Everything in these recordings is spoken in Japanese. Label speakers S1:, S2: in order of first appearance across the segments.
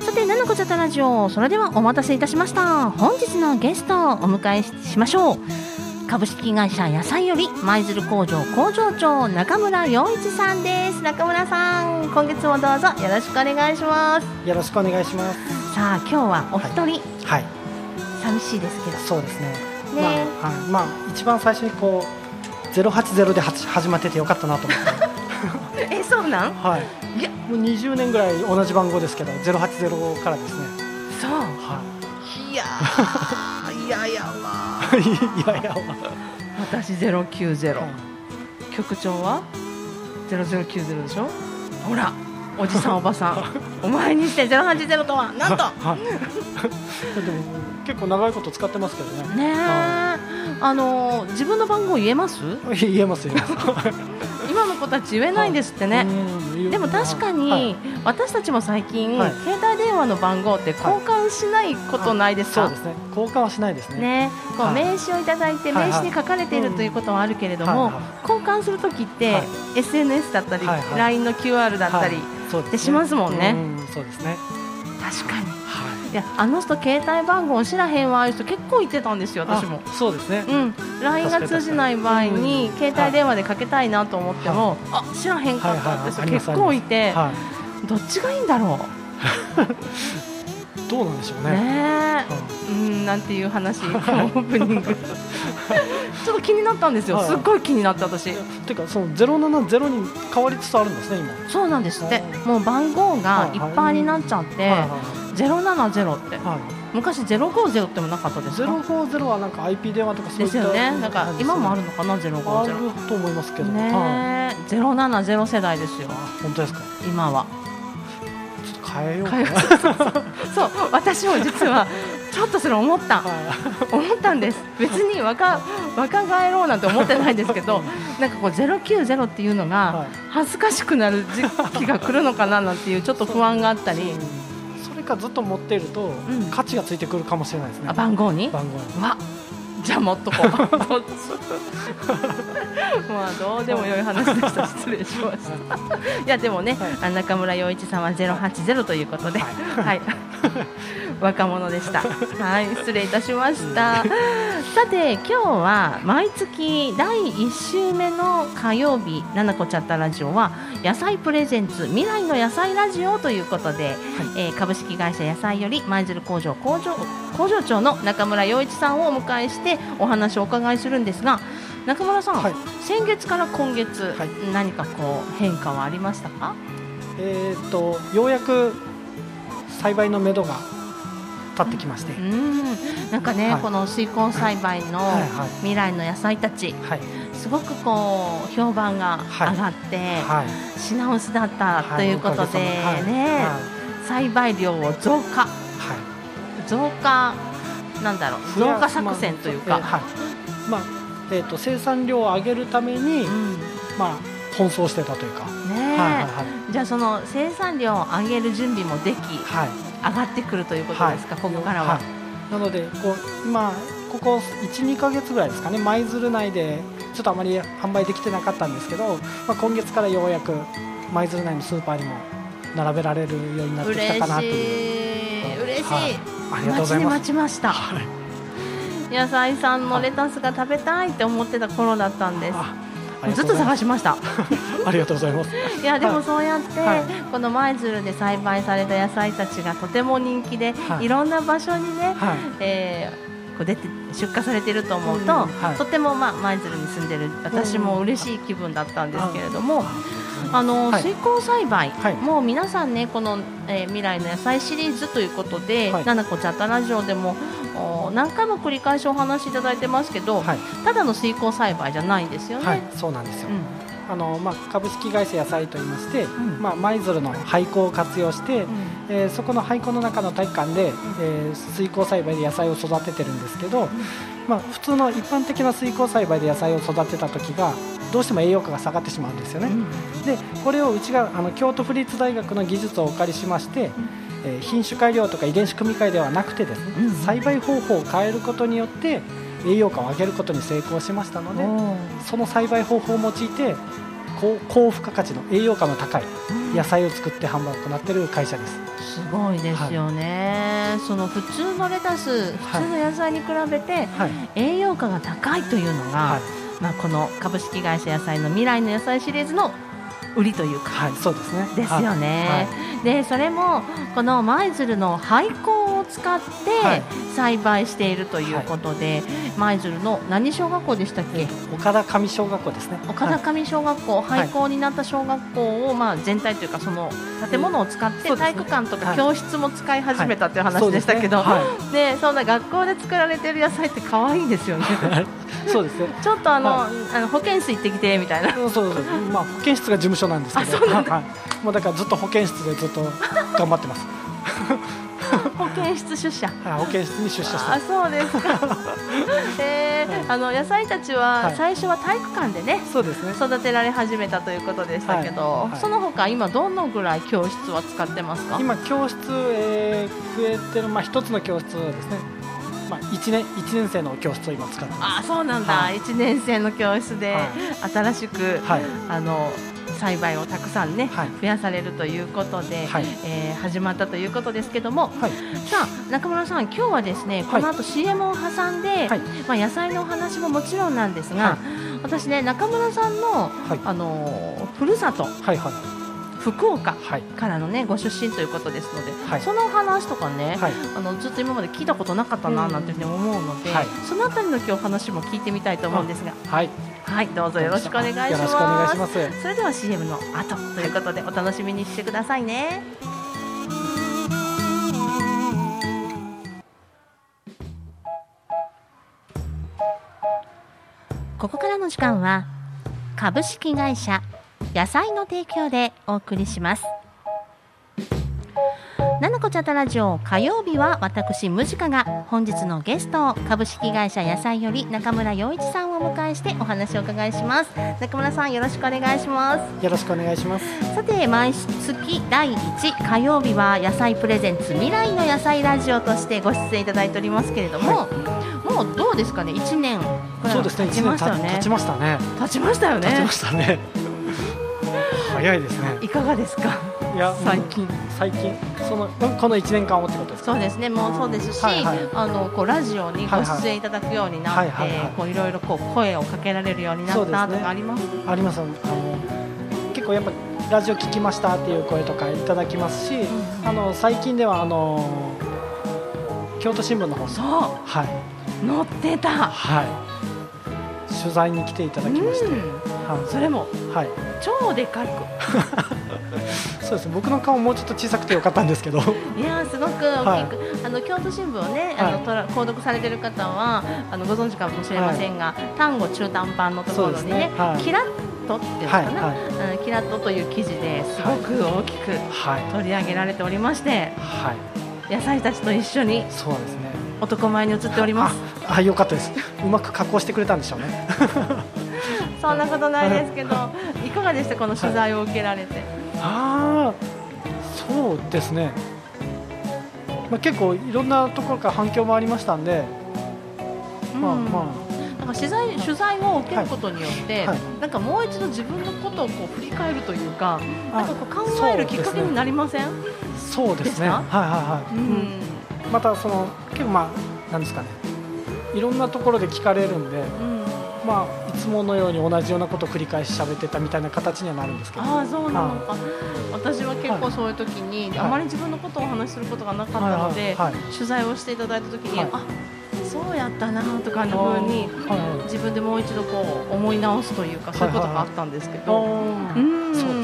S1: さて、ななこちゃたラジオ、それではお待たせいたしました。本日のゲストをお迎えしましょう。株式会社野菜より舞鶴工場工場長中村良一さんです。中村さん、今月もどうぞよろしくお願いします。
S2: よろしくお願いします。
S1: さあ、今日はお一人、
S2: はい、
S1: 寂しいですけど。
S2: そうですね。
S1: ね
S2: まあ、はい、まあ、一番最初にこう、ゼロ八ゼロではち始まっててよかったなと思って。
S1: え、そうなん
S2: はい、
S1: いや、
S2: もう二十年ぐらい同じ番号ですけど、ゼロ八ゼロからですね。
S1: そう。
S2: はい
S1: やー、いやいやまあ。
S2: い、いやいや、
S1: 私ゼロ九ゼロ。局長は0090でしょ ほらおじ さんおばさんお前にして080とはなんと
S2: はい。でも、結構長いこと使ってますけどね。
S1: ねえあのー自分の番号言えます
S2: 言えますよ。
S1: 今の子たち言えないんですってね
S2: うん
S1: でも確か
S2: はい
S1: に私たちも最近、
S2: はい
S1: 携帯電話の番号って交換しないことないですか、
S2: そうですね。交換はしないですね。
S1: ね、こう
S2: はい
S1: 名刺をいただいて
S2: は
S1: 名
S2: いはい
S1: 刺に書かれているということはあるけれども
S2: はいはい
S1: 交換するときって
S2: は
S1: SNS だったり
S2: はいはい
S1: LINE の QR だったり
S2: はいそうですね
S1: でしますもんね
S2: うんそうですね。
S1: 確かに
S2: はい。
S1: いやあの人携帯番号知らへんわああいう人結構いてたんですよ私も
S2: あ。そうですね。
S1: うん、LINE が通じない場合に携帯電話でかけたいなと思っても、あ知らへんかったって人
S2: はいはいはい
S1: 結構いて、
S2: は
S1: どっちがいいんだろ
S2: い。どうなんでしょう
S1: う
S2: ね。
S1: ね
S2: うん
S1: えうんなんていう話オープニ ングちょっと気になったんですよ
S2: はい
S1: すっごい気になった私
S2: てかそのゼロ七ゼロに変わりつつあるんですね今。
S1: そうなんですってもう番号がいっぱいになっちゃって、
S2: はい
S1: 070って
S2: はいは
S1: 昔050ってもなかったで
S2: い。
S1: す
S2: ゼ
S1: か
S2: ロ五ゼロはなんか IP 電話とかそうい
S1: で
S2: っ
S1: す
S2: た
S1: よねなんか今もあるのかな
S2: あ
S1: 050
S2: ると思いますけど。はい
S1: ねえ、ゼロ七ゼロ世代ですよ。
S2: あ本当ですか。
S1: 今は。
S2: ちょっと変えようか
S1: 会
S2: な。
S1: 話 そう、私も実はちょっとそれ思った、
S2: は
S1: 思ったんです。別に若若返ろうなんて思ってないんですけ ど、なんかこうゼロ九ゼロっていうの
S2: いは
S1: が
S2: い。
S1: 恥ずかしくなる時期が来るのかななんていうちょっと不安があったり、
S2: うんそれかずっと持っていると
S1: ん
S2: 価値がついてくるかもしれないですね。
S1: あ番号に。
S2: 番号に。
S1: わ、じゃあ持っとこう。 どっちまあどうでもよい話でした。失礼しました。いやでもね、
S2: は
S1: あ
S2: い
S1: 中村洋一さんはゼロ八ゼロということで、 はい、若者でした。はい、失礼いたしま した。さて今日は毎月第一週目の火曜日、ななこちゃったラジオは野菜プレゼンツ未来の野菜ラジオということで、えー株式会社野菜より舞鶴工場工場工場長の中村洋一さんをお迎えしてお話をお伺いするんですが中村さん、
S2: はい
S1: 先月から今月、
S2: はい
S1: 何かこう変化はありましたか
S2: えーっとようやく栽培の目処が立ってきまして
S1: う。んなんかね、
S2: はい
S1: この水耕栽培の
S2: はいはい
S1: 未来の野菜たち
S2: はい
S1: すごくこう評判が上がって、
S2: はい。
S1: 品薄だったということで、
S2: はいおかげさまで
S1: ね、
S2: はい
S1: 栽培量を増加
S2: はい。
S1: 増加なんだろう
S2: いや
S1: 増加作戦というか。
S2: まあはいまあえー、と生産量を上げるために、
S1: うん
S2: まあ、奔走してたというか、
S1: ねえ、
S2: はいはい
S1: じゃあその生産量を上げる準備もでき
S2: はいはい
S1: 上がってくるということですか、ここからは、
S2: いなのでこう今ここ12か月ぐらいですかね舞鶴内でちょっとあまり販売できてなかったんですけど、まあ、今月からようやく舞鶴内のスーパーにも並べられるようになってきたかなと
S1: 嬉し
S2: いう
S1: い嬉しい、
S2: はいありがと
S1: 待
S2: うご
S1: ち
S2: ざい
S1: に
S2: ま
S1: 待
S2: す
S1: ちました
S2: はい
S1: 野菜さんのレタスが食べたいって思ってた頃だったんです
S2: あ
S1: もうずっと探
S2: し
S1: しました
S2: ありがとうございます
S1: いやで
S2: は
S1: も
S2: い
S1: そうやって、
S2: はい
S1: この舞鶴で栽培された野菜たちがとても人気で、
S2: はい
S1: い、ろんな場所にね、
S2: はい
S1: えーこう出て出荷されてると思うと、
S2: うんはい
S1: とても、まあ、舞鶴に住んでる私も嬉しい気分だったんですけれども、あ
S2: あ
S1: の
S2: はい
S1: 水耕栽培、
S2: はい
S1: もう皆さんねこの、えー未来の野菜シリーズということで「
S2: はい
S1: ななこちゃったラジオ」でもお何回も繰り返しお話しいただいてますけど、
S2: はい、
S1: ただの水耕栽培じゃないんですよね。
S2: はい、そうなんですよ、
S1: うん
S2: あのまあ、株式会社野菜といいまして、
S1: ん
S2: まあ、舞鶴の廃校を活用し
S1: う
S2: て、
S1: ん
S2: えーそこの廃校の中の体育館で、えー水耕栽培で野菜を育ててるんですけど、まあ、普通の一般的な水耕栽培で野菜を育てた時がどうしても栄養価が下がってしまうんですよね、でこれをうちがあの京都府立大学の技術をお借りしまして、えー品種改良とか遺伝子組み換えではなくてですね、
S1: うん
S2: 栽培方法を変えることによって栄養価を上げることに成功しましたので、
S1: おー
S2: その栽培方法を用いて高高付加価値の栄養価の高い野菜を作って販売を行っている会社です。
S1: すごいですよね、その普通のレタス普通の野菜に比べて
S2: はい
S1: 栄養価が高いというのが、
S2: はい
S1: まあ、この株式会社野菜の未来の野菜シリーズの売りというか、
S2: はい、そうですね。
S1: ですよね、でそれもこの舞鶴の廃校を使って
S2: はい
S1: 栽培しているということで舞鶴の何小学校でしたっ
S2: はい。え
S1: け
S2: っと岡田上小学校ですね。
S1: 岡
S2: は
S1: 田
S2: い
S1: 上小学校、
S2: はい
S1: 廃校になった小学校を、まあ、全体というかその建物を使って
S2: そうです
S1: 体
S2: ね
S1: 育館と
S2: は
S1: か
S2: い
S1: 教室も使い始めたという
S2: そ
S1: 話
S2: う
S1: でしたけど、
S2: ですねはい
S1: でそんな学校で作られてる野菜って可愛いですよね
S2: そうですね。
S1: ちょっとあの、
S2: は
S1: あの保健室行ってきてみたい な
S2: そうそうそう。まあ保健室が事務所なんですけど、はい。もうだからずっと保健室でずっと頑張ってます。
S1: 保健室出社
S2: はい、保健室に出社してま
S1: あ
S2: す。
S1: そうです かえーあの野菜たち
S2: は
S1: はい最初は体育館でね
S2: そうですね。
S1: 育てられ始めたということでしたけど、
S2: はいはい
S1: その他今どのぐらい教室は使ってますか
S2: 今教室、えー、増えてるまあ一つの教室はですね。まあ一年一年生の教室を今使ってます。
S1: あそうなんだ、
S2: は
S1: 1年生の教室で
S2: は
S1: 新しく、
S2: はい
S1: あの栽培をたくさんね、
S2: はい
S1: 増やされるということで、
S2: はい
S1: えー始まったということですけども、
S2: はい
S1: さあ中村さん今日はですねこの後 CM を挟んで、
S2: はい
S1: まあ野菜のお話ももちろんなんですが、
S2: は
S1: 私ね中村さんの、
S2: はい
S1: あのーふるさと
S2: はいはい
S1: 福岡
S2: はい
S1: からのねご出身ということですので、
S2: はい
S1: そのお話とかね、
S2: はい。
S1: あのずっと今まで聞いたことなかったな
S2: うん
S1: なんていうふうに思うので、
S2: はい
S1: そのあたりの今日お話も聞いてみたいと思うんですが、
S2: はい。
S1: はいどうぞよろしくお願いします。
S2: よろしくお願いします。
S1: それでは CM の後ということでお楽しみにしてくださいね。ここからの時間は株式会社野菜の提供でお送りします。ななこちゃたラジオ火曜日は私ムジカが本日のゲスト株式会社野菜より中村洋一さんをお迎えしてお話をお伺いします中村さんよろしくお願いします
S2: よろしくお願いします。
S1: さて毎月第1火曜日は野菜プレゼンツ未来の野菜ラジオとしてご出演いただいておりますけれども、もうどうですかね1年ぐらい
S2: そうですね。
S1: 経
S2: 一
S1: ちま
S2: 年
S1: したよ
S2: た
S1: ね
S2: 経ちましたね。
S1: 経ちましたよ
S2: 経ち
S1: ね
S2: ましたね。早いですね。
S1: いかがですか
S2: いや
S1: 最近
S2: 最近そのうんこの一年間をってことですか。
S1: そうですね、もうそうですし、
S2: はいはい
S1: あのこうラジオにご出演いただくようになって、
S2: はいはいはいはいはい
S1: こういろいろこう声をかけられるようにな
S2: そ
S1: っ
S2: うです
S1: た
S2: ね
S1: とかあります。
S2: ありますあの結構やっぱラジオ聞きましたっていう声とかいただきますし、
S1: ん
S2: あの最近ではあの京都新聞の方に
S1: そう,、
S2: はい
S1: 乗ってた。
S2: はい取材に来ていただきまして、
S1: う
S2: は
S1: ん、それも
S2: い、はい、
S1: 超でかく。
S2: そうですね僕の顔もうちょっと小さくてよかったんですけど
S1: いやーすごく大きく、あの京都新聞をね、あ
S2: は
S1: の
S2: い
S1: とら購読されてる方はあのご存知かもしれませんが、単語中短版のところに
S2: そう
S1: ね
S2: ですねはい
S1: キラッとっていうの
S2: はい
S1: かな、
S2: はい
S1: うんキラッとという記事ですごく大きく
S2: はい
S1: 取り上げられておりまして、
S2: はい
S1: 野菜たちと一緒に
S2: そうですね
S1: 男前に映っております。
S2: ああよかったですうまく加工してくれたんでしょうね
S1: そんなことないですけど、いかがでしたこの取材を受けられて。
S2: ああそうですね、まあ、結構いろんなところから反響もありましたんで、まあ
S1: うん
S2: まあ
S1: なんか取材取材を受けることによって、
S2: はいはい
S1: なんかもう一度自分のことをこう振り返るというか、
S2: あ
S1: なんかこう考えるきっかけになりません？う
S2: そうですね。
S1: ですか
S2: はいはいはい。
S1: ん。
S2: またその結構まあなんですかね。いろんなところで聞かれるんで、
S1: うん。
S2: まあいつものように同じようなことを繰り返し喋ってたみたいな形にはなるんですけど。
S1: ああそうなのか。私は結
S2: は
S1: 構
S2: い
S1: そういう時に、
S2: はい
S1: あまり自分のことをお話しすることがなかったので、
S2: はいはいは
S1: 取材をしていただいた時に、
S2: はい
S1: あそうやったなとかの風に。
S2: はいはい
S1: 自分でもう一度こう思い直すというかそういうことがあったんですけど、
S2: あ
S1: う
S2: ー
S1: ん
S2: そうですね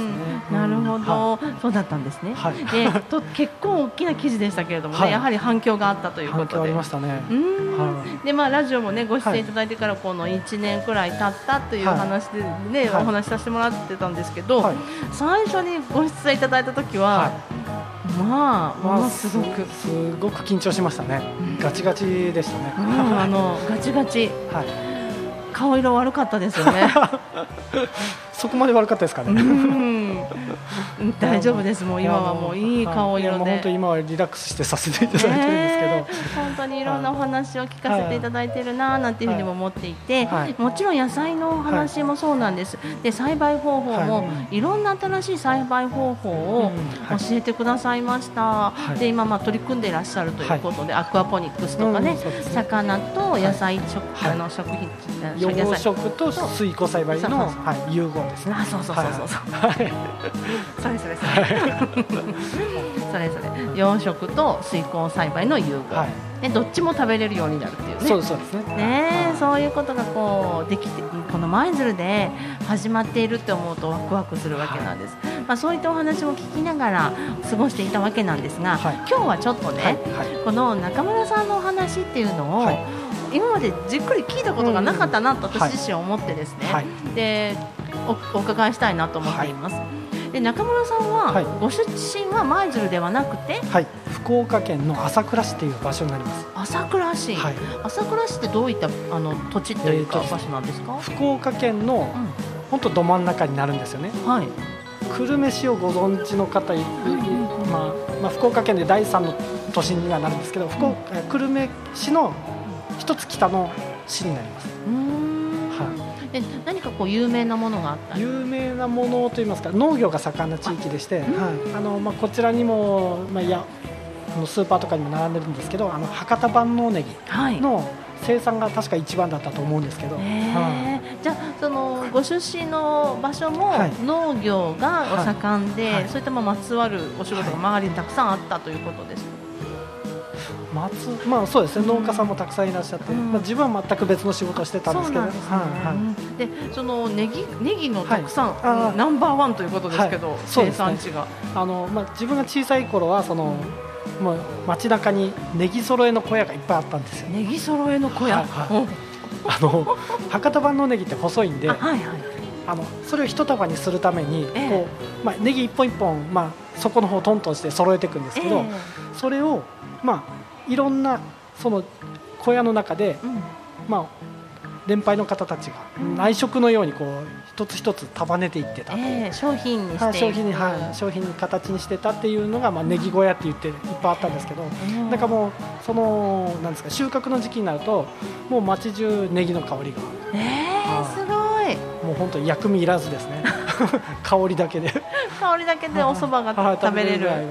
S1: なるほ
S2: は
S1: ど、そうだったんですね。
S2: はい
S1: で、と結構大きな記事でしたけれどもね、
S2: はい
S1: やはり反響があったというこ
S2: 反響
S1: と
S2: あ
S1: で。
S2: りましたね。
S1: うん
S2: は
S1: でまあ、ラジオも、ね、ご出演いただいてからこの1年くらい経ったという
S2: はい
S1: 話で、ね
S2: はい
S1: お話しさせてもらってたんですけど、
S2: はい
S1: 最初にご出演いただいた時は、まあ、ものすごく、
S2: すすごく緊張しましたね
S1: ん。
S2: ガチガチでしたね。
S1: うんあのガチガチ
S2: はい。
S1: 顔色悪かったですよね。
S2: そこまで悪かったですかね、
S1: うん大丈夫ですもう今はもういい顔
S2: いや
S1: 色
S2: もう本当
S1: で。
S2: 今はリラックスしてさせていただいてるんですけど、
S1: ねえ本当にいろんなお話を聞かせていただいてるなあなんていうふうにも思っていて、
S2: はい
S1: もちろん野菜のお話もそうなんです、で栽培方法もいろんな新しい栽培方法を
S2: はい
S1: 教えてくださいました、
S2: い
S1: で今まあ取り組んでいらっしゃるということで、アクアポニックスとかね、
S2: うんそうですね
S1: 魚と野菜食、
S2: はい
S1: あの食品あ
S2: 養
S1: 野菜
S2: 殖と水耕栽培
S1: そう
S2: の、
S1: そうそう
S2: はい、融合ですね。
S1: あそうそうそうそうそう、
S2: はい
S1: それそれそれそれそれ養殖と水耕栽培の融合、
S2: はい
S1: でどっちも食べれるようになるっていうね
S2: そうですそうです
S1: ね
S2: ね。は
S1: え
S2: い
S1: そういうことがこうできてこの舞鶴で始まっているって思うとワクワクするわけなんです、まあ、そういったお話も聞きながら過ごしていたわけなんですが、
S2: はい
S1: 今日はちょっとね、
S2: はいはい
S1: この中村さんのお話っていうのを、
S2: はい
S1: 今までじっくり聞いたことがなかったなと
S2: うんはい
S1: 私自身思ってですね、
S2: はい
S1: でおお伺いしたいなと思っています、で中村さんは、
S2: はい
S1: ご出身は舞鶴ではなくて
S2: はい福岡県の朝倉市という場所になります。
S1: 朝倉市、
S2: はい
S1: 朝倉市ってどういったあの土地というか
S2: えーと
S1: 場所なんですか、
S2: 福岡県の本当ど真ん中になるんですよね。
S1: うん、はい
S2: 久留米市をご存知の方い、
S1: ん
S2: まあまあ福岡県で第三の都心にはなるんですけど、福岡久留米市の一つ北の市になります。
S1: うーん
S2: は
S1: で何かこう有名なものがあったり
S2: 有名なものといいますか農業が盛んな地域でして、はいあのまあ、こちらにも、まあ、いやあのスーパーとかにも並んでるんですけどあの博多万能ネギ
S1: はい
S2: の生産が確か一番だったと思うんですけど、はい
S1: へえじゃあそのご出身の場所も
S2: はい
S1: 農業がお盛んで、
S2: はい
S1: そういったまあまつわるお仕事が周りにたくさんあったということです、
S2: 松まあ、そうですね農家さんもたくさんいらっしゃって、
S1: うん
S2: まあ、自分は全く別の仕事をしてたんですけど
S1: そうなんですね、でそのネギネギのたくさん、
S2: はいあー
S1: ナンバーワンということですけど、
S2: はいそ
S1: 生
S2: うですね
S1: 産地が、
S2: あのまあ、自分が小さい頃はその、まあ、街中にネギ揃えの小屋がいっぱいあったんですよ ね。
S1: ネギ揃えの小屋、
S2: はいはいあの博多万能ネギって細いん
S1: うん
S2: で
S1: あはいはい
S2: あのそれを一束にするためにこう、
S1: ええ
S2: まあ、ネギ一本一本、まあ、そこの方をトントンして揃えていくんですけど、
S1: え
S2: それを、まあ、いろんなその小屋の中で
S1: え、うん
S2: まあ、連敗の方たちが
S1: うん
S2: 内職のようにこう一つ一つ束ねていってた、
S1: ええ商品にしていく、
S2: はい商品に、はい、商品に形にしてたっていうのが、まあ、ネギ小屋って言っていっぱいあったんですけど。
S1: ええ
S2: なんかもうそのなんですか収穫の時期になるともう街中ネギの香りが
S1: ええすごい
S2: もう本当に薬味いらずで すね香りだけで
S1: 香りだけでお蕎麦
S2: は
S1: が
S2: い
S1: 食べれる、
S2: はい食べ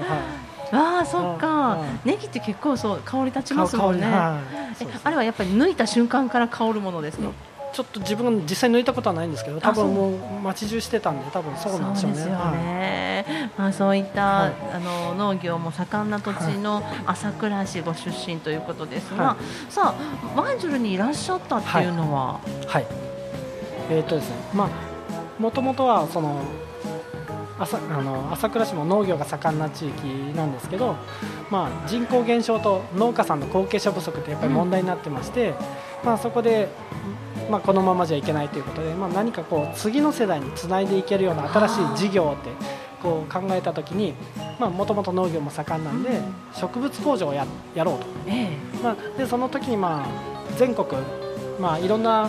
S2: ぐらいは
S1: わあそっか、
S2: うん
S1: ネギって結構そう香り立
S2: い
S1: ちますもんね、
S2: 香りはい
S1: え
S2: そうです
S1: あれはやっぱり抜いた瞬間から香るものですか、
S2: ちょっと自分が実際に抜いたことはないんですけど多分もう街中してたんで多分そうなんでしょうね
S1: そうですよ
S2: はい
S1: ね、まあ、そういった、
S2: はい
S1: あの農業も盛んな土地の朝倉市ご出身ということですが、
S2: は
S1: さあ舞鶴にいらっしゃったっていうのは、
S2: はいえーっとですねまあもともとはその朝あの朝倉市も農業が盛んな地域なんですけど、まあ、人口減少と農家さんの後継者不足ってやっぱり問題になってまして、まあ、そこで、まあ、このままじゃいけないということで、まあ、何かこう次の世代につないでいけるような新しい事業ってこう考えた時にもともと農業も盛んなんで植物工場をややろうと。
S1: え
S2: まあ、でその時にまあ全国、まあ、いろんな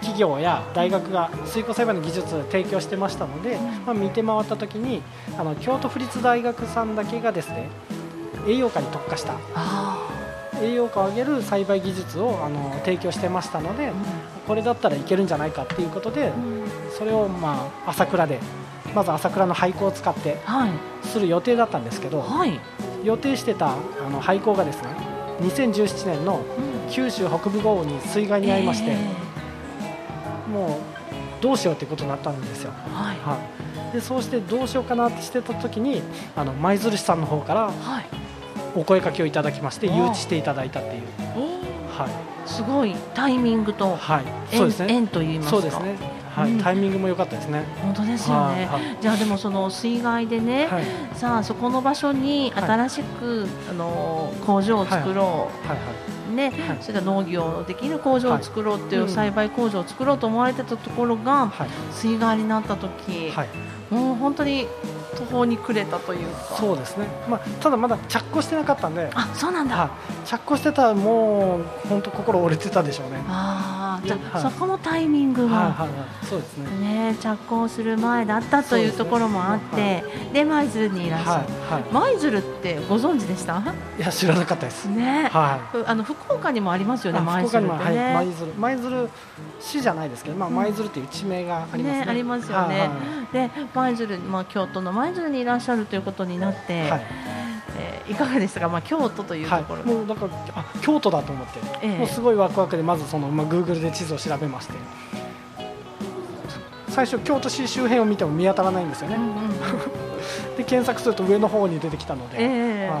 S2: 企業や大学が水耕栽培の技術を提供してましたので、まあ、見て回った時にあの京都府立大学さんだけがですね栄養価に特化した
S1: えあ
S2: 栄養価を上げる栽培技術をあの提供してましたので
S1: あ、
S2: これだったらいけるんじゃないかっていうことで
S1: うん
S2: それをまあ朝倉でまず朝倉の廃校を使って
S1: はい
S2: する予定だったんですけど
S1: はい、
S2: 予定してたあの廃校がですね2017年の
S1: うん
S2: 九州北部豪雨に水害に遭いまして、
S1: え
S2: もうどうしようってことになったんですよ、
S1: えはい
S2: はい、でそうしてどうしようかなってしてた時にあの舞鶴市さんの方から
S1: はい
S2: お声かけをいただきまして
S1: お
S2: 誘
S1: ー
S2: 致していただいたっていう、
S1: おー
S2: はい
S1: すごいタイミングと
S2: はい、
S1: 縁,、
S2: そうですね
S1: 縁と言いますか
S2: そうですね、はい
S1: うん
S2: タイミングも良かったですね
S1: 本当ですよね、
S2: はいはい
S1: じゃあでもその水害でね、
S2: はいはい
S1: さあそこの場所に
S2: はい
S1: 新しく、あの工場を作ろ、
S2: はいう
S1: ね
S2: はい
S1: それから農業できる工場を作ろうっていう、
S2: はいうん
S1: 栽培工場を作ろうと思われてたところが
S2: はい
S1: 水害になった時、
S2: はい
S1: もう本当に途方に暮れたというか
S2: そうですね、まあ、ただまだ着工してなかったんで
S1: あそうなんだ、
S2: はい着工してたらもう本当心折れてたでしょうね
S1: あじゃあ
S2: はい
S1: そこのタイミング
S2: はい
S1: が、
S2: はいはいそうですね
S1: ね、着工する前だったというところもあっ
S2: そうで
S1: てで舞鶴にいらっしゃ
S2: は
S1: る
S2: いは
S1: 舞鶴ってご存知でした
S2: いいや知らなかったです
S1: ね
S2: は
S1: ふあの福岡にもあります
S2: い
S1: よね
S2: あ
S1: 舞
S2: 福岡
S1: 鶴
S2: に
S1: っ
S2: も
S1: て
S2: はい
S1: ね。
S2: 舞鶴舞鶴市じゃないですけどまあ
S1: うん
S2: 舞鶴っていう地名がありますね
S1: ねありますよね
S2: はい
S1: で舞鶴、まあ、京都の舞鶴にいらっしゃるということになって、
S2: はい
S1: いえーいかがでしたか、まあ、京都というと
S2: はい
S1: ころ、
S2: はいもうだからあ京都だと思って
S1: ええ
S2: もうすごいワクワクでまずそのまあ Google で地図を調べまして最初京都市周辺を見ても見当たらないんですよね
S1: うんうんうん
S2: で検索すると上の方に出てきたので、
S1: ええ
S2: はい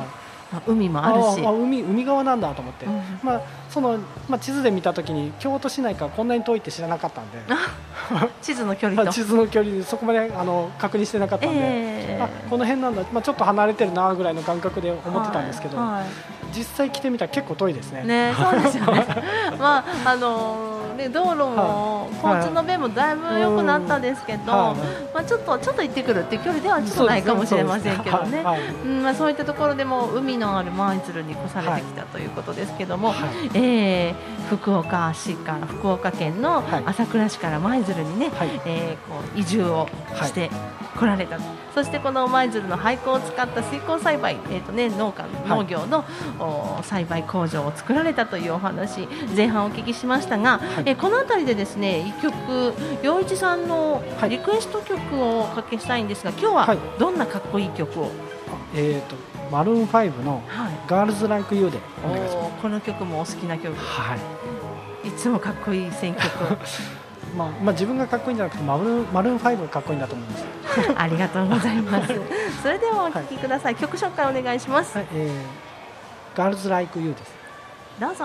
S1: まあ海もあるし
S2: ああ海海側なんだと思って、
S1: うん
S2: まあそのまあ、地図で見たときに京都市内からこんなに遠いって知らなかったんで、
S1: 地図の距
S2: ま
S1: 離
S2: あ
S1: と。
S2: 地図の距離でそこまであの確認してなかったんで、
S1: ええ
S2: あこの辺なんだ、まあ、ちょっと離れてるなぐらいの感覚で思ってたんですけど、
S1: はいはい
S2: 実際来てみたら結構遠いですね。
S1: ね、そうですよ ね。まああのーね道路も
S2: はい
S1: 交通の便もだいぶ良くなったですけど、
S2: は
S1: まあちょっとちょっと行ってくるっていう距離ではちょっ
S2: そ
S1: と
S2: うですね
S1: ないかもしれませんけど
S2: そうです
S1: ね。
S2: はいはい
S1: うんまあそういったところでも海のある舞鶴に越されてきたということですけども、
S2: はい
S1: えー福岡市から福岡県の
S2: はい
S1: 朝倉市から舞鶴にね、
S2: はい
S1: えーこう移住をして来られたと、そしてこの舞鶴の廃校を使った水耕栽培、えーとね、農家
S2: い
S1: 農業の、お栽培工場を作られたというお話前半お聞きしましたが、
S2: い
S1: えーこの辺りでですね一曲陽一さんの
S2: はい
S1: リクエスト曲をおかけしたいんですが今日ははいどんなかっこいい曲を、
S2: えー、とマルーン5の
S1: はい
S2: 「ガールズ・ライク・ユー」でお願いしま
S1: おーこの曲もお好きな曲
S2: す。はい
S1: いつもかっこいい選曲
S2: まあまあ、自分がかっこいいんじゃなくてマルーンマルーン5がかっこいいんだと思います。
S1: ありがとうございます それではお聴きください、曲紹介お願いします、
S2: はいえー、ガールズ・ライク・ユーです。
S1: どうぞ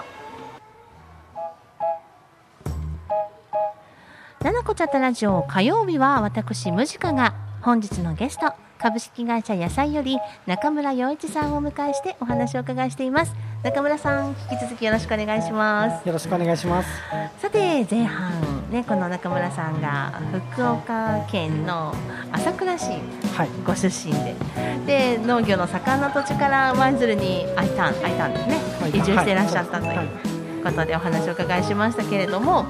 S1: ななこちゃったラジオ火曜日は私ムジカが本日のゲスト株式会社野菜より中村洋一さんをお迎えしてお話をお伺いしています中村さん引き続きよろしくお願いします
S2: よろしくお願いします。
S1: さて前半ねこの中村さんが福岡県の朝倉市
S2: はい。
S1: ご出身でで農業の盛んな土地から舞鶴にあいたんあいたんですね移住していらっしゃったという
S2: はい
S1: ことでお話をお伺いしましたけれども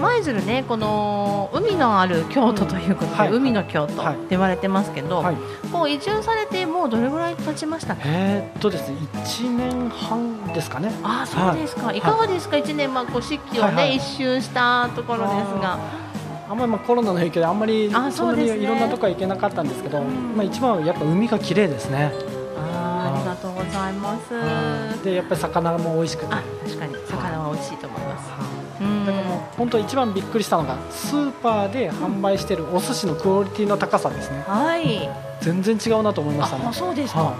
S1: 舞鶴ねこの海のある京都ということで、
S2: はい
S1: 海の京都っ
S2: はい
S1: て言われてますけど、
S2: はい。
S1: こう移住されてもうどれぐらい経ちましたか
S2: えーっとですね、一年半ですかね。
S1: ああそうですか、
S2: い
S1: い、かがですか1年、まあ、こう四季をね、
S2: はいはい
S1: 一周したところですが
S2: あんまりまあコロナの影響であんまり
S1: あ
S2: そんな
S1: そうです
S2: に
S1: ね
S2: いろんなとこは行けなかったんですけど、
S1: うん
S2: まあ一番はやっぱ海が綺麗ですね。
S1: あーありがとうございます
S2: はいでやっぱり魚も美味しくて。
S1: あ確かに魚は美味しいと思います
S2: は
S1: うん
S2: いだからもう本当一番びっくりしたのがスーパーで販売しているお寿司のクオリティの高さですね。
S1: はい
S2: 全然違うなと思いましたね。
S1: ああそうですか、
S2: は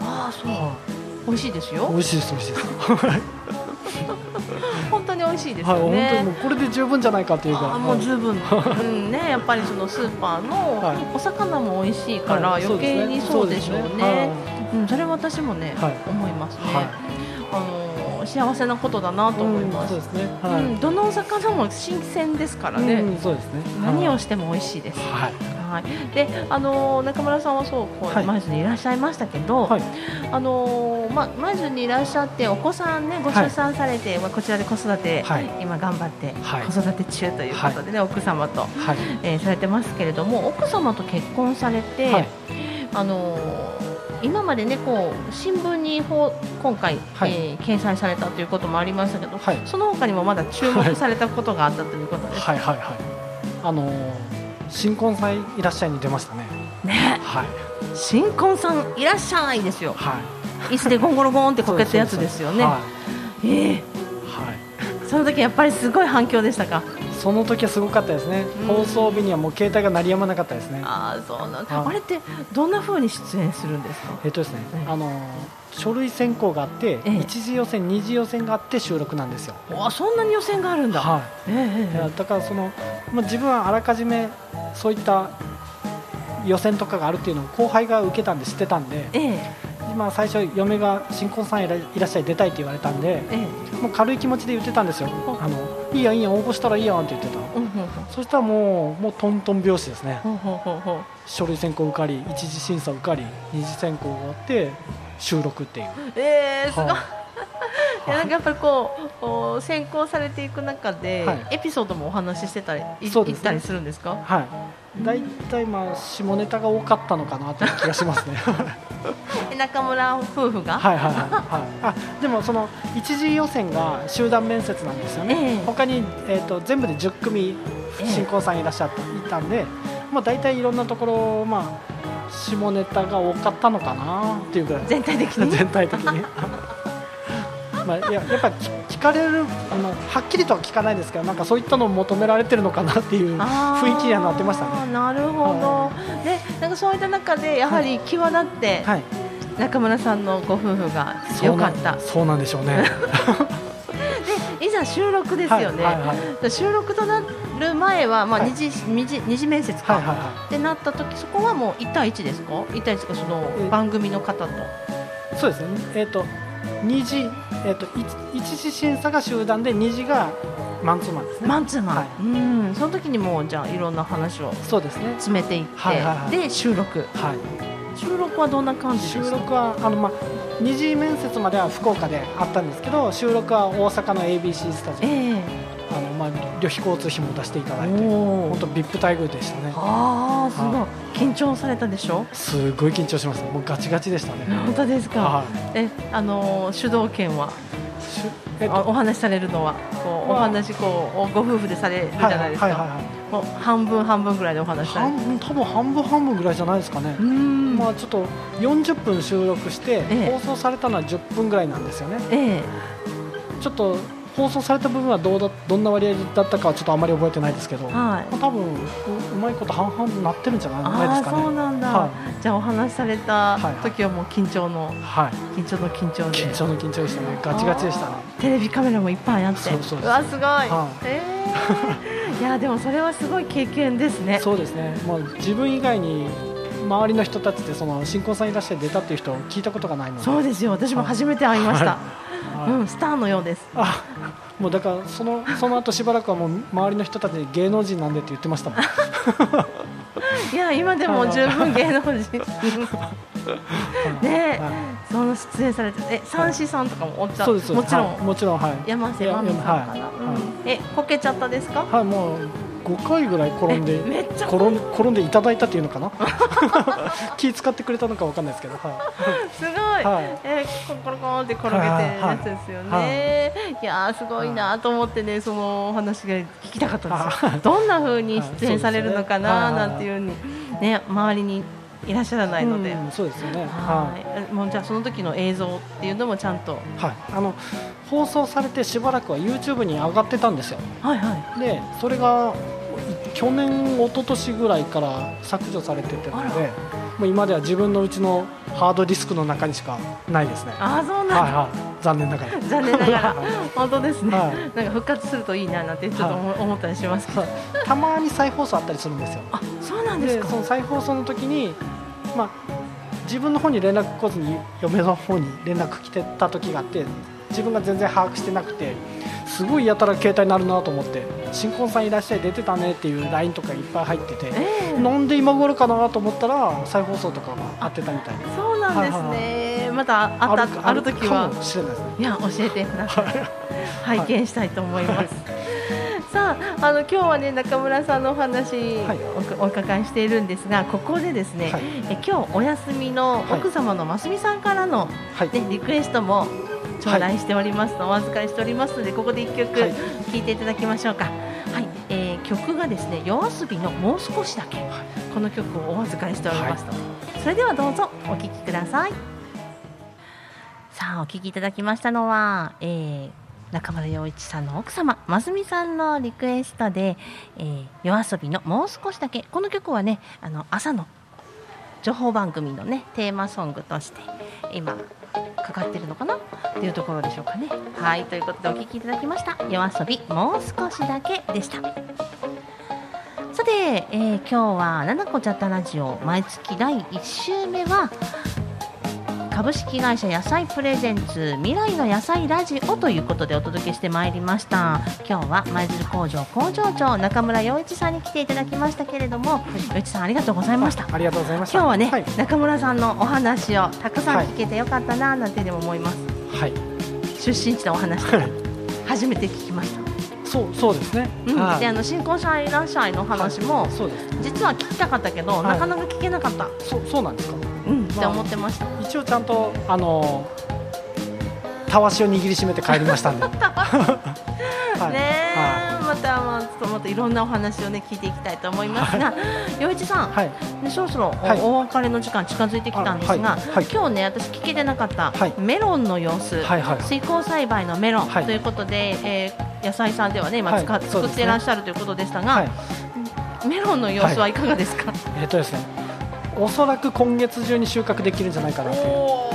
S1: ああそ
S2: い。
S1: う
S2: はい
S1: 美味しいです
S2: 美
S1: よ
S2: 味しいです美味しいです。
S1: 本当に美味しいです
S2: はい、
S1: よ
S2: 本当にも
S1: ね
S2: うこれで十分じゃないかというか。
S1: ああもう十分、うんね、やっぱりそのスーパー
S2: はい
S1: のお魚も美味しいか
S2: はい
S1: ら
S2: はい
S1: 余計にそうでしょうね,、う
S2: そ
S1: ん
S2: う
S1: そ
S2: ですね
S1: れは私もね、
S2: はい
S1: 思いますね、
S2: はい
S1: あの幸せなことだなと思います、
S2: う
S1: うん
S2: んそうですね。はい。
S1: どのお魚も新鮮ですからね、
S2: うんそうですね。
S1: 何をしても美味しいです、
S2: はい。
S1: はい、であの中村さんはそうこう、
S2: はい
S1: 舞鶴にいらっしゃいましたけど、
S2: はい。
S1: あのーま、舞鶴にいらっしゃってお子さんねご出産されて、まあこちらで子育て、
S2: はい
S1: 今頑張って
S2: はい
S1: 子育て中ということでね、奥様と、
S2: はい。
S1: えーされてますけれども奥様と結婚されて、
S2: はい
S1: あのー今までねこう新聞にほう今回、
S2: はい
S1: えー掲載されたということもありましたけど、
S2: はい
S1: その他にもまだ注目されたことがあったということです、
S2: はいはいはい。あのー新婚さんいらっしゃいに出ましたね。
S1: ね
S2: はい
S1: 新婚さんいらっしゃいですよ
S2: はい。
S1: 椅子でゴンゴロゴンってこけたやつですよね
S2: は
S1: ええ
S2: いはい。
S1: その時やっぱりすごい反響でしたか
S2: その時はすごかったですね
S1: うん。
S2: 放送日にはもう携帯が鳴り止まなかったですね。
S1: ああそうなん
S2: はい
S1: あれってどんな風に出演するんですか。
S2: えっとですね
S1: ええ、
S2: あのー書類選考があって、
S1: ええ
S2: 一次予選、二次予選があって収録なんですよ。
S1: あそんなに予選があるんだ。
S2: は
S1: ええ
S2: い。いや
S1: え
S2: だからその、まあ自分はあらかじめそういった予選とかがあるっていうのを後輩が受けたんで知ってたんで、
S1: ええ
S2: 今最初嫁が新婚さんいらいらっしゃい出たいって言われたんで
S1: えええ
S2: もう軽い気持ちで言ってたんですよあのいいやんいいやん応募したらいいやんって言ってた
S1: うんほうほう
S2: そしたらもうもうトントン拍子ですね
S1: ほうほうほうほう
S2: 書類選考受かり一次審査受かり二次選考終わって収録っていう
S1: ええすごい。
S2: は
S1: いやなんかやっぱりこうこう先行されていく中で、
S2: はい
S1: エピソードもお話ししてたりい,、
S2: そうですね
S1: ったりするんですか
S2: はい大体まあ下ネタが多かったのかなという気がしますねは
S1: え中村夫婦が、
S2: いはいはい、はい、あでもその一次予選が集団面接なんですよね、
S1: ええ
S2: 他に、えー、と全部で10組
S1: ええ
S2: 新婚さんいらっしゃっていたんで、まあ、大体いろんなところ、まあ、下ネタが多かったのかなっていうぐらい
S1: 全体的に
S2: 全体的 に。まあ、いややっぱり聞聞かれるあのはっきりとは聞かないですけどなんかそういったのを求められてるのかなっていう
S1: あー
S2: 雰囲気にはなってましたね。
S1: なるほど、でなんかそういった中でやはり際立って
S2: はい、
S1: 中村さんのご夫婦が良かった、
S2: そうなんでしょうね。
S1: でいざ収録 ですよね、
S2: はいはいはい
S1: 収録となる前は、まあ
S2: はい
S1: 二次二次二次面接か、
S2: はいはいは
S1: ってなった時そこはもう1対1ですか1対1かその
S2: え
S1: 番組の方と
S2: い。そうですね。えっ、と二次えっ、と一一次審査が集団で二次がマンツーマンですね。
S1: マンツーマン、
S2: はい
S1: うんその時にもうじゃあいろんな話を
S2: そうですね。
S1: 詰めていって、
S2: はいはいはい
S1: で収録
S2: はい。
S1: 収録はどんな感じですか
S2: 収録はあの、まあ、二次面接までは福岡であったんですけど収録は大阪の ABC スタジオ、
S1: ええ
S2: あのまあ、旅費交通費も出していただいて
S1: お
S2: 本
S1: ー
S2: 当 VIP 待遇でしたね
S1: あーすごい緊張されたでしょ
S2: すごい緊張しますもうガチガチでしたね、
S1: 本当ですか
S2: はい
S1: えあのー主導権は
S2: しゅえっ
S1: あ
S2: と
S1: お話しされるのはこう
S2: ま
S1: お
S2: あ
S1: 話こうおご夫婦でされるじゃ
S2: はい
S1: な
S2: はいい
S1: です
S2: はいはい
S1: か
S2: はい
S1: もう半分半分ぐらいでお話しされる
S2: 半多分半分半分ぐらいじゃないですかね
S1: う、ん
S2: まあちょっと40分収録して
S1: ええ
S2: 放送されたのは10分ぐらいなんですよね
S1: ええ
S2: ちょっと放送された部分はどうだどんな割合だったかはちょっとあまり覚えてないですけど
S1: はい
S2: まあ多分ううまいこと半々になってるんじゃない
S1: あ
S2: で
S1: あ
S2: すか
S1: ーそう
S2: ね。
S1: なんだ、
S2: は
S1: じゃあお話しされた
S2: はい
S1: 時はもう緊張の
S2: はい。
S1: 緊張の緊張で
S2: 緊張の緊張でしたね。ガチガチでしたね。
S1: あーテレビカメラもいっぱいあって
S2: そうそうそう
S1: わすごい、
S2: はい
S1: え えいやでもそれはすごい経験ですね
S2: そうですね。もう自分以外に周りの人たちでその新婚さんいらっしゃい出たっていう人を聞いたことがないので。
S1: そうですよ私も初めて会いました、
S2: はい
S1: うんスターのようです
S2: あ、もうだからそのその後しばらくはもう周りの人たちに芸能人なんでって言ってましたもん。
S1: いや今でも十分芸能人ねえ
S2: は
S1: その出演されてえ三枝さんとかもおっ
S2: い
S1: ちゃ
S2: そうです。
S1: もちろん、
S2: はいもちろんはい。
S1: 山瀬まみさんかな、
S2: はい
S1: うんえこけちゃったですか
S2: はいもう5回ぐらい転んで
S1: えめっちゃ
S2: 転ん転んでいただいたっていうのかな。 気使ってくれたのかわかんないですけど。はい。
S1: すごい、
S2: はい
S1: えーコロコロコロンって転げてるやつですよね、
S2: はい
S1: いやーすごいなと思ってねそのお話が聞きたかったんですよ、
S2: はい
S1: どんな風に出演されるのかななんていうふうにね周りにいらっしゃらないので、
S2: うんそうですよね。はい
S1: は。いもうじゃあその時の映像っていうのもちゃんと
S2: はい、あの放送されてしばらくは YouTube に上がってたんですよ
S1: はいはい
S2: でそれがい去年一昨年ぐらいから削除されててる
S1: あ
S2: の
S1: ら
S2: でもう今では自分のうちのハードディスクの中にしかないですねはい
S1: ああそうなんだ、
S2: はい残念ながら
S1: 残念ながら
S2: はい
S1: 本当ですね、
S2: はい
S1: なんか復活するといいななんてちょっと思,、思ったりしますけど
S2: そうたまに再放送あったりするんですよ
S1: あそうなんです
S2: で
S1: か
S2: その再放送の時にまあ自分の方に連絡来ずに嫁の方に連絡来てた時があって自分が全然把握してなくてすごいやたら携帯になるなと思って新婚さんいらっしゃい出てたねっていう LINE とかいっぱい入ってて
S1: ええ
S2: なんで今頃かなと思ったら再放送とかがあってたみたいです
S1: そうなんですね、またあったある時
S2: か
S1: は
S2: もしれないですね
S1: いや教えてください
S2: い
S1: 拝見したいと思います、さああの今日はね中村さんのお話
S2: はい
S1: おお伺いしているんですがここでですね、
S2: はい
S1: え今日お休みの
S2: はい
S1: 奥様のますみさんからの、
S2: はい
S1: ね、リクエストも頂戴しておりますの、お預かりしておりますのでここで一曲
S2: はい
S1: 聴いていただきましょうか、はいえー曲がですね夜遊びの「もう少しだけ」この曲をお預かりしておりますので、それではどうぞお聴きくださいさあお聴きいただきましたのは、えー中村洋一さんの奥様ますみさんのリクエストで「えー夜遊びのもう少しだけ」この曲はねあの朝の情報番組のねテーマソングとして今かかってるのかなっていうところでしょうかねはいということでお聞きいただきました「夜遊びもう少しだけ」でしたさて、えー今日は「ななこチャットラジオ」毎月第1週目は株式会社野菜プレゼンツ未来の野菜ラジオということでお届けしてまいりました今日は舞鶴工場工場長中村洋一さんに来ていただきましたけれども洋一さんありがとうございました
S2: ありがとうございました
S1: 今日はね、
S2: はい、
S1: 中村さんのお話をたくさん聞けてよかったななんてでも思います、
S2: はい、
S1: 収出身地のお話とか初めて聞きました。
S2: そうそうですね、
S1: うん、
S2: は
S1: であ
S2: い
S1: の新婚者いらっしゃいの話も、
S2: そうです
S1: 実は聞きたかったけど、
S2: はい
S1: なかなか聞けなかった、
S2: そうそうなんですか
S1: うん、って思ってました。
S2: 一応ちゃんとあのたわしを握りしめて帰りましたん ではい
S1: ねえ、またまあちょっとまたいろんなお話をね聞いていきたいと思いますが、洋一さん、
S2: はい
S1: ねそろそろお,、
S2: はい
S1: 別れの時間近づいてきたんですが、
S2: あはいはい
S1: 今日ね私聞けてなかった、
S2: はい
S1: メロンの様子、
S2: はいはい
S1: 水耕栽培のメロン
S2: はい
S1: ということで、えー野菜さんではね今
S2: はい
S1: 使っ、
S2: そう
S1: 作
S2: ですね
S1: っていらっしゃるということでしたが、
S2: はい
S1: メロンの様子はいかがですか、
S2: えっ、とですねおそらく今月中に収穫できるんじゃないかなという
S1: お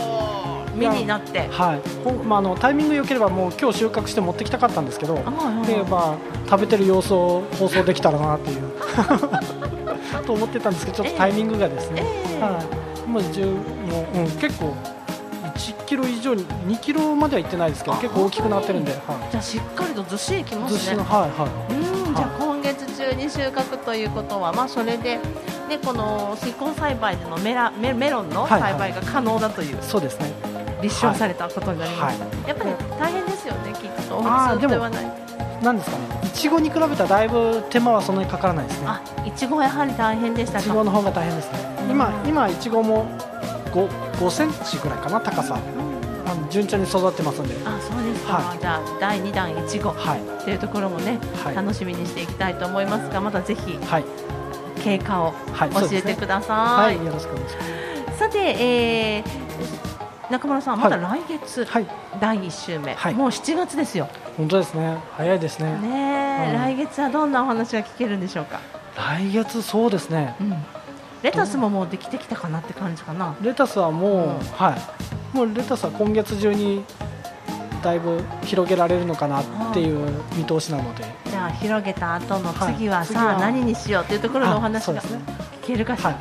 S1: ー目になって
S2: はいこんまあ、あのタイミング良ければもう今日収穫して持ってきたかったんですけど、
S1: はい
S2: でまあ、食べてる様子を放送できたらなっ ていう と思ってたんですけどちょっとタイミングがです
S1: え
S2: ね、
S1: ー
S2: はい、もう十もう、うん、結構1キロ以上に2キロまではいってないですけど
S1: あ
S2: 結構大きくなってるんで、は
S1: じゃあしっかりとずっしりき
S2: い、
S1: ま
S2: ずっし
S1: す
S2: り
S1: ね
S2: のはいは
S1: うんじゃあ今月中に収穫ということは、まあ、それででこの水耕栽培でのメラメメロンの
S2: はい
S1: 栽培が可能だという
S2: いそうですね
S1: 立証されたことになりま
S2: は
S1: す、やっぱり大変ですよねきっと
S2: あ
S1: 普
S2: ー
S1: 通
S2: で
S1: で
S2: も
S1: はない
S2: いなんですかねいちごに比べたらだいぶ手間はそんなにかからないですね
S1: あいちごはやはり大変でした
S2: いち
S1: か
S2: ごの方が大変ですね今今いちごも 5, 5センチぐらいかな高さ
S1: うん
S2: あの順調に育ってますんで
S1: あそうですか、
S2: は
S1: じゃあ第2弾いちご
S2: はい
S1: というところもね、
S2: はい
S1: 楽しみにしていきたいと思いますがまたぜひ
S2: はい
S1: 経過を
S2: はい
S1: 教
S2: そうで
S1: え
S2: すね
S1: てくだ
S2: は
S1: さい、
S2: いよろしくお願いします
S1: さて、えー中村さんまた来月、
S2: はい
S1: 第1週目、
S2: はい
S1: もう7月ですよ、
S2: 本当ですね早いですね
S1: ねえ
S2: うん
S1: 来月はどんなお話が聞けるんでしょうか、
S2: 来月そうですね
S1: レタスももうできてきたかなって感じかな、
S2: レタスはもう、
S1: うん
S2: はいもうレタスは今月中にだいぶ広げられるのかなっていう見通しなので
S1: じゃあ広げた後の
S2: はい
S1: 次は
S2: 次
S1: さ
S2: は
S1: あ何にしようというところのお話
S2: そう
S1: が
S2: で
S1: 聞
S2: すね
S1: けるかしら、
S2: はい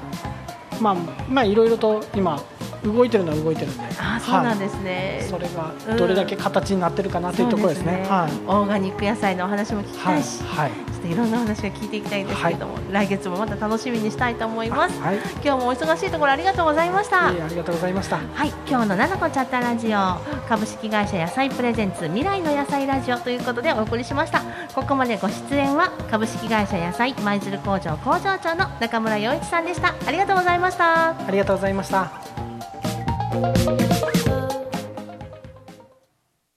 S2: まあまあいろいろと今動いてるのは動いてるんで
S1: ああそうなん
S2: はい
S1: ですね、
S2: それ
S1: う
S2: が
S1: ん
S2: どれだけ形になってるかなというところですね。
S1: そう
S2: はい
S1: ですねオーガニック野菜のお話も聞き
S2: は
S1: た
S2: い
S1: いし、
S2: はい
S1: ちょっといろんなお話が聞いていきたいんですけれども、来月もまた楽しみにしたいと思います
S2: はい。
S1: 今日もお忙しいところありがとうございました、
S2: いえありがとうございました。
S1: はい、今日の「ななこチャットラジオ」株式会社野菜プレゼンツ未来の野菜ラジオということでお送りしましたここまでご出演は株式会社野菜舞鶴工場工場長の中村洋一さんでしたありがとうございました
S2: ありがとうございました。